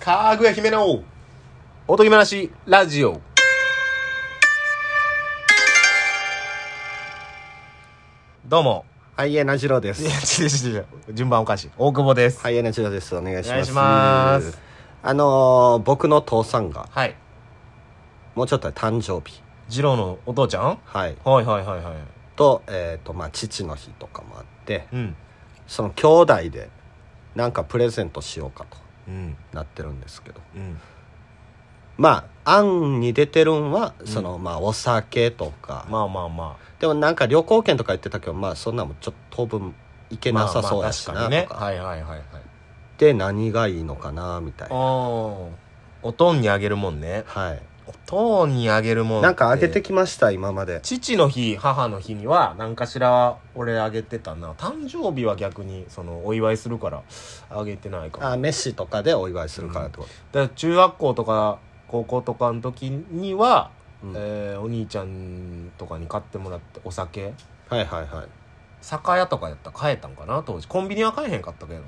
かぐや姫のおとぎ話ラジオどうもはい、えなじろうでいやす。違う違う違う 順番おかしい大久保ですはい、えなじろうです。お願いします。お願いしますあのー僕の父さんが、はいもうちょっとで誕生日。次郎のお父ちゃんははい。いはいはいはいと、えっ、と、まあ、父の日とかもあって、うんその兄弟で、なんかプレゼントしようかとうんなってるんですけど。うんまあ、案に出てるんは、その、まあ、お酒とか、まあまあまあでもなんか旅行券とか言ってたけど、まあ、そんなんもちょっと当分行けなさそうやしな、まあまあと確かかにねはいはいはいはいで、何がいいのかな、みたいな。おーおとんにあげるもんねはい。おとんにあげるもんってなんかあげてきました、今まで。父の日母の日には何かしら俺あげてたな誕生日は逆にそのお祝いするからあげてないかもだかあ飯とかでお祝いするからってこと、ら中学校とか高校とかの時には、うんえーお兄ちゃんとかに買ってもらってお酒はいはいはい酒屋とかやったら買えたんかな当時コンビニは買えへんかったけど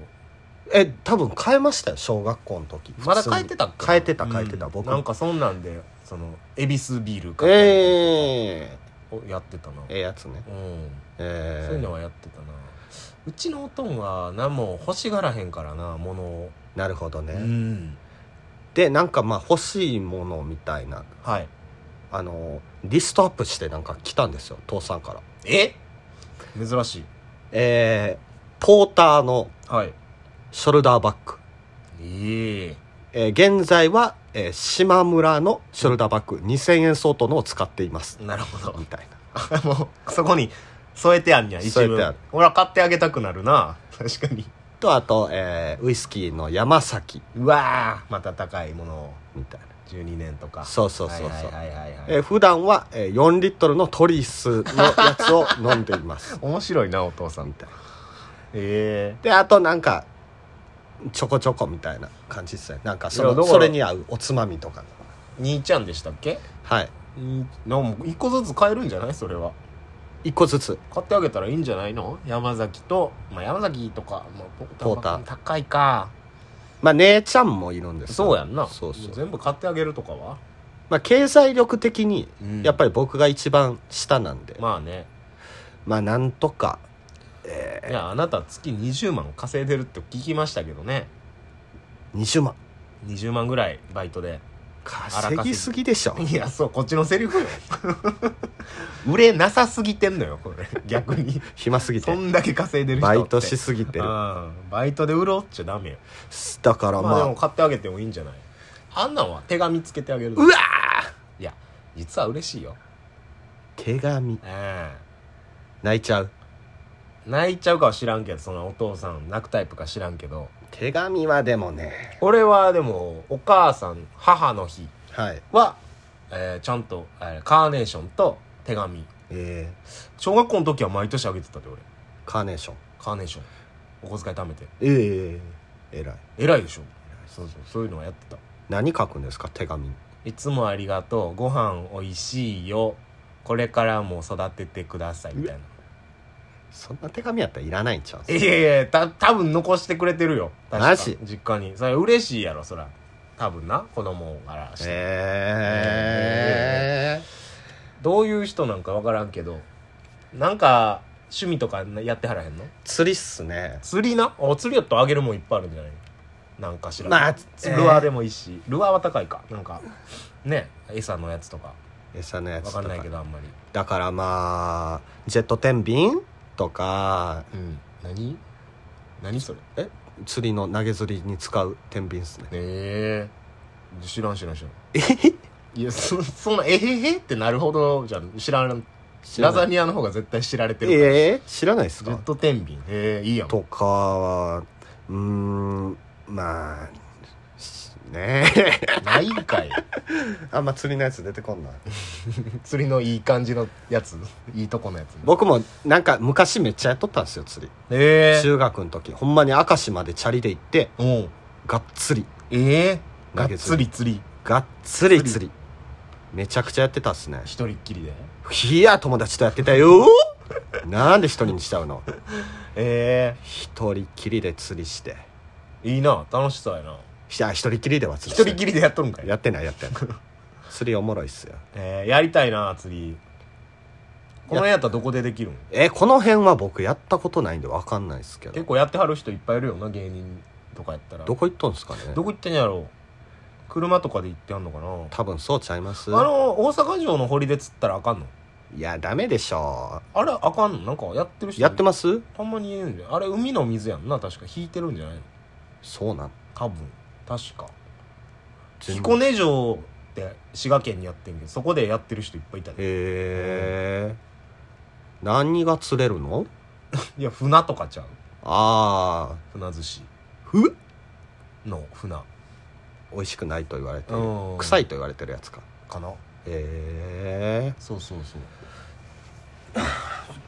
え多分変えましたよ小学校の時まだ買えてたっけ変えてた変えてた、うん僕なんかそんなんでその恵比寿ビール買ったりえとかやってたなー、ええやつねうんえそういうー、のはやってたなうちのおとんは何も欲しがらへんからなものを、なるほどね、うんでなんかまあ欲しいものみたいなはいあのリストアップしてなんか来たんですよ父さんからえ珍しいえー、ポーターのはいショルダーバッグ、えええー現在は、えー島村のショルダーバッグ2000円相当のを使っていますなるほど みたいなもうそこに添えてあんにゃ一添えてあ部る俺は買ってあげたくなるな確かにとあと、えーウイスキーの山崎うわーまた高いものをみたいな12年とかそうそうそうそうはいはいはいはい、えー普段は、えー4リットルのトリスのやつを飲んでいます 面白いなお父さんみってたいなえであとなんかちょこちょこみたいな感じですねなんかそいやだのからそれに合うおつまみとかえ兄ちゃんでしたっけはいのもう一個ずつ買えるんじゃないそれは1個ずつ買ってあげたらいいんじゃないの山崎と、まあ、山崎とか、まあ、ポーター高いかまあ姉ちゃんもいるんですよそうやんなそうそう、全部買ってあげるとかはまあ、経済力的にうんやっぱり僕が一番下なんで、まあねまあなんとかいやあなた月20万稼いでるって聞きましたけどね20万20万ぐらいバイトで稼ぎすぎでしょいや そうこっちのセリフ よ売れなさすぎてんのよこ れ逆に暇すぎそてんだけ稼いでる人っバてイトしすぎてるうんバイトで潤っちゃダメよだからまあでまあも買ってあげてもいいんじゃないあんなんは手紙つけてあげるうわいや実は嬉しいよ手紙ええ泣いちゃう泣いちゃうかは知らんけどそのお父さん泣くタイプか知らんけど手紙はでもね俺はでもお母さん母の日はいは、えーちゃんと、えーカーネーションと手紙え小学校の時は毎年あげてたで俺ー、カーネーションカーネーションお小遣い貯めてええ偉い偉いでしょそうそうそういうのはやってた何書くんですか手紙いつもありがとうご飯おいしいよこれからも育ててくださいみたいなそんな手紙やったらいらないんちゃうんすいやいやいやた多分残してくれてるよ確かマジ実家にそれ嬉しいやろそら多分な子供からして、えどういう人なんか分からんけどなんか趣味とかやってはらへんのー、釣りっすね釣りなお釣りやったらあげるもんいっぱいあるんじゃないなんかしら、まあルアーでもいいし、ルアーは高いかなんかね餌のやつとか餌のや分つかとんかないけどあんまりだからまあジェット天秤とかうん何何それえ釣りの投げ釣りに使う天秤っすねええ知らん知らん知らんいやそそんな「えへへ」ってなるほどじゃん知らんラザニアの方が絶対知られてるからええ知らないっすジェかット天秤ええいいやんとかはうーんまあしね えないんかいあんま釣りのやつ出てこんな釣りのいい感じのやついいとこのやつ僕もなんか昔めっちゃやっとったんですよ釣りええ中学の時ほんまに明石までチャリで行っておうがっつりええが投っげつ釣り釣りがっつり釣り釣りめちゃくちゃやってたっすね一人っきりでいや友達とやってたよなんで一人にしちゃうのえ一人きりで釣りしてえいいな楽しそうやな一ひあ一人きりでは釣一り人きりでやっとるんかいやってないやってない釣りおもろいっすよえーやりたいな釣りこの辺やったらどこでできるんえこの辺は僕やったことないんで分かんないですけ結ど構やってはる人いっぱいいるよな芸人とかやったらどこ行っとんすかねどこ行ってんやろう車とかで行ってはんのかな多分そうちゃいますあの大阪城の堀で釣ったらあかんのいやダメでしょあれあかんのなんかやってるう人やってますたまに言うんじゃんあれ海の水やんな確か引いてるんじゃないのそうなん多分確か全然彦根城って滋賀県にやってんけどそこでやってる人いっぱいいたでへえ何が釣れるのいや船とかちゃうああ船寿司ふの船美味しくないと言われてるうん臭いと言われてるやつかかなへえそうそうそう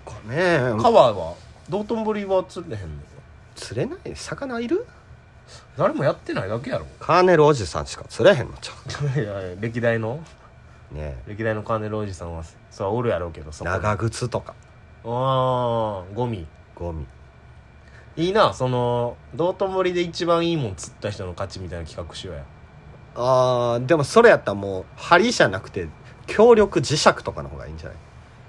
これね川は道頓堀は釣れへんの釣れない魚いる誰もやってないだけやろカーネルおじさんしか釣れへんのちゃ いやいや歴代のうね歴代のカーネルおじさんはそらおるやろうけどえそこあ長靴とかあーゴミゴミいいなその道頓堀で一番いいもん釣った人の勝ちみたいな企画しようやあーでもそれやったらもう針じゃなくて強力磁石とかの方がいいんじゃ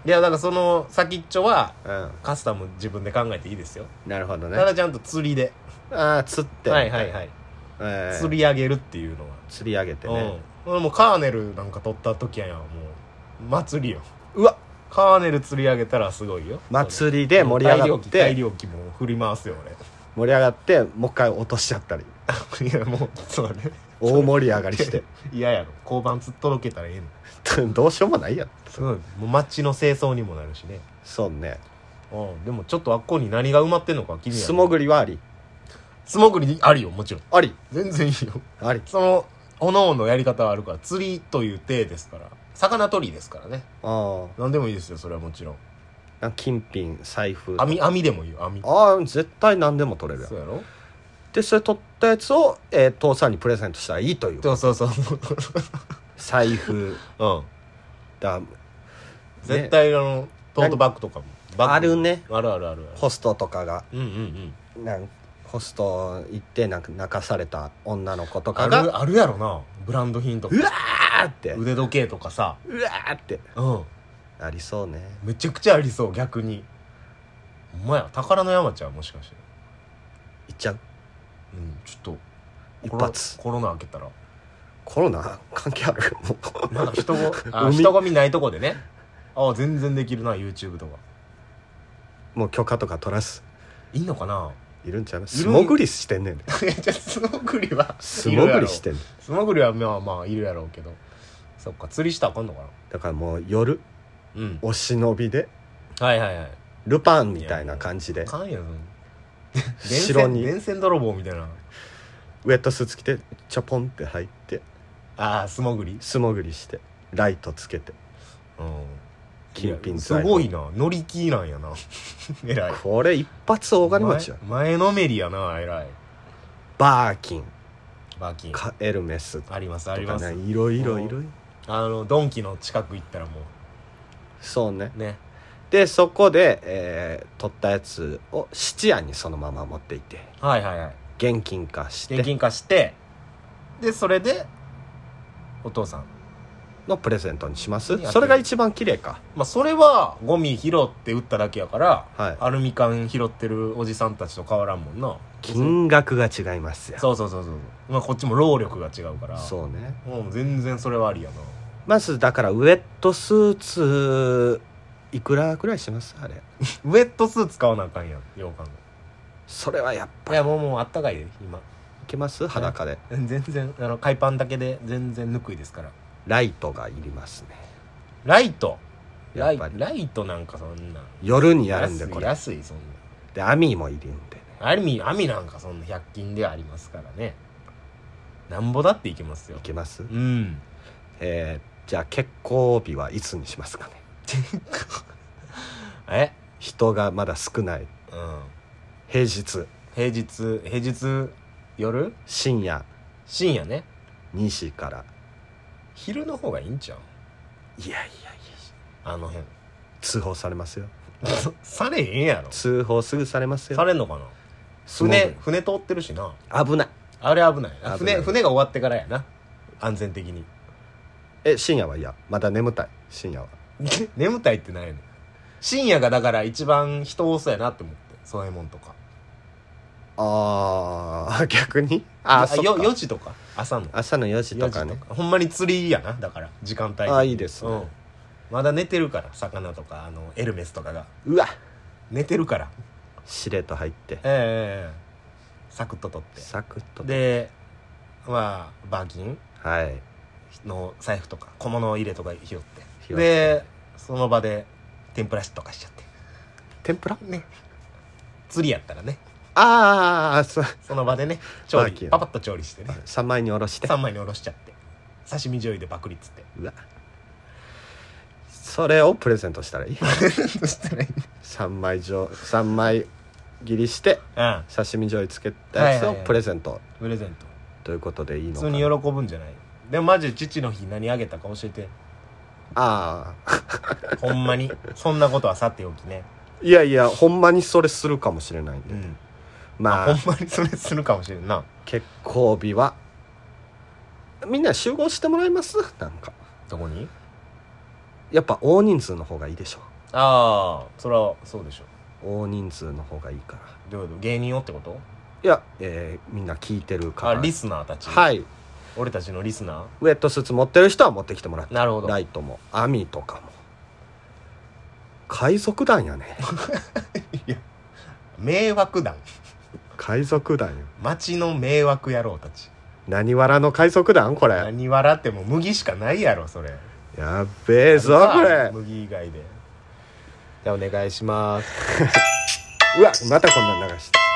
いやだからその先っちょはないうんカスタム自分で考えていいですよ、なるほどねただちゃんと釣りでああ釣ってはいはいはい、えー釣り上げるっていうのは釣り上げてねうん俺もうカーネルなんか取った時やんもう祭りようわカーネル釣り上げたらすごいよ祭りで盛り上がっ大量て機大量機も振り回すよ盛り上がってもう一回落としちゃったり俺いやもうそうね大盛り上が りして嫌やろ交番つっ届けたらええのどうしようもないやんすごいもう街の清掃にもなるしねそうねうんでもちょっとあっこに何が埋まってんのか気になる素潜りはあり素潜りあるよもちろんあり全然いいよありそのおのおのやり方はあるから釣りという体ですから魚取りですからねああ何でもいいですよそれはもちろんなんか金品財布あ網網でもいいよ網あ絶対何でも取れるやんそうやろでそれ取ったやつを、えー父さんにプレゼントしたらいいというそうそうそう 財布うんだ絶対あのトートバッグとかもバッグあるねあるあるあるあるホストとかがうんうんうんなんホスト行ってなんか泣かされた女の子とあかがるあるやろなブランド品とかうわーって腕時計とかさうわーってうんありそうねめちゃくちゃありそう逆にお前や宝の山ちゃんもしかしていっちゃううんちょっと一コロ発コロナ開けたらコロナ関係あるもうなんか人 ごあ海人混みないとこでねあ全然できるな YouTube とかもう許可とか取らすいいのかないるんちゃうい素る潜りしてんねんで いやじゃあ素潜りは素潜りしているやろんねん素潜りはまあまあいるやろうけどそっか釣りしたらあかんのかなだからもう夜うんお忍びではいはいはいルパンみたいな感じでかんやん城に電線泥棒みたいなウエットスーツ着てチャポンって入ってああ素潜り素潜りしてライトつけてうん金い品やすごいなな乗り気なんやな 偉いこれ一発大金持ちや前前のめりやな偉いバーキンバーキンかエルメスとありますありまかすねいろいろいろいろあのドンキの近く行ったらもそうねうねでそこで、えー取ったやつを質屋にそのまま持っていってはいはいはい現金化して現金化してでそれでお父さんのプレゼントにしまやすってるそれが一番綺麗かまあそれはゴミ拾って売っただけやから、はいアルミ缶拾ってるおじさんたちと変わらんもんな金額が違いますよそうそうそうそうまあこっちも労力が違うからそうねもう全然それはありやなまずだからウェットスーツいくらくらいしますあれウェットスーツ買わなあかんやん洋館それはやっぱいやもうもうあったかいで今いけます裸で全然あの海パンだけで全然ぬくいですからライトがいりますねライトラやっイぱりライトなんかそんな夜にやるんで安いこれ安いそんなで網もいるんでね網網なんかそんな100均でありますからねなんぼだっていけますよいけますうんえーじゃあ結婚日はいつにしますかねえ人がまだ少なういん平日平日平日夜深夜深夜ね2時から昼の方がいいんちゃういやいやいやあの辺 通報されますよされへんやろ通報すぐされますさよれんのかな素潜船り船通ってるしな危ないあれ危ないあ危ない船船が終わってからやな安全的に え深夜はいやまだ眠たい深夜は眠たいってないねん深夜がだから一番人多そうやなって思ってそういうもんとかあー 逆にああそっよか4時とか朝の朝の4時とかね4時ほんまに釣りやなだから時間帯あいいですねうん、まだ寝てるから魚とかあのエルメスとかがうわ寝てるからしれと入ってええええええサクッと取ってサクッとでまあバーキンはいの財布とか小物入れとか拾って拾ってでその場で天ぷらとかしちゃって天ぷらね釣りやったらねああそうその場でね調バー理キンパパッと調理してね三枚におろして3枚におろしちゃって刺身醤油でパクリっつ ってうわそれをプレゼントしたらいいそしたらいい三枚上三枚切りしてうん刺身醤油つけたやつはいをはいはいプレゼントプレゼントということでいい普のか通にな喜ぶんじゃないでもマジで父の日何あげたか教えてああほんまにそんなことはさておきねいやいやほんまにそれするかもしれないんで、うんまほんあまにそれするかもしれんな結婚日はみんな集合してもらいますなんかどこにやっぱ大人数の方がいいでしょああそれはそうでしょ大人数の方がいいからどういうこと芸人をってこといや、えーみんな聞いてるかあらリスナーたちはい俺たちのリスナウェットスーツ持ってる人は持ってきてもらっーてなるほどライトも網とかも海賊団やね迷惑団海賊団よ町の迷惑野郎たち何わらの海賊団これ何笑っても麦しかないやろそれやっべえぞこれ麦以外でじゃあお願いしますうわまたこんなん流して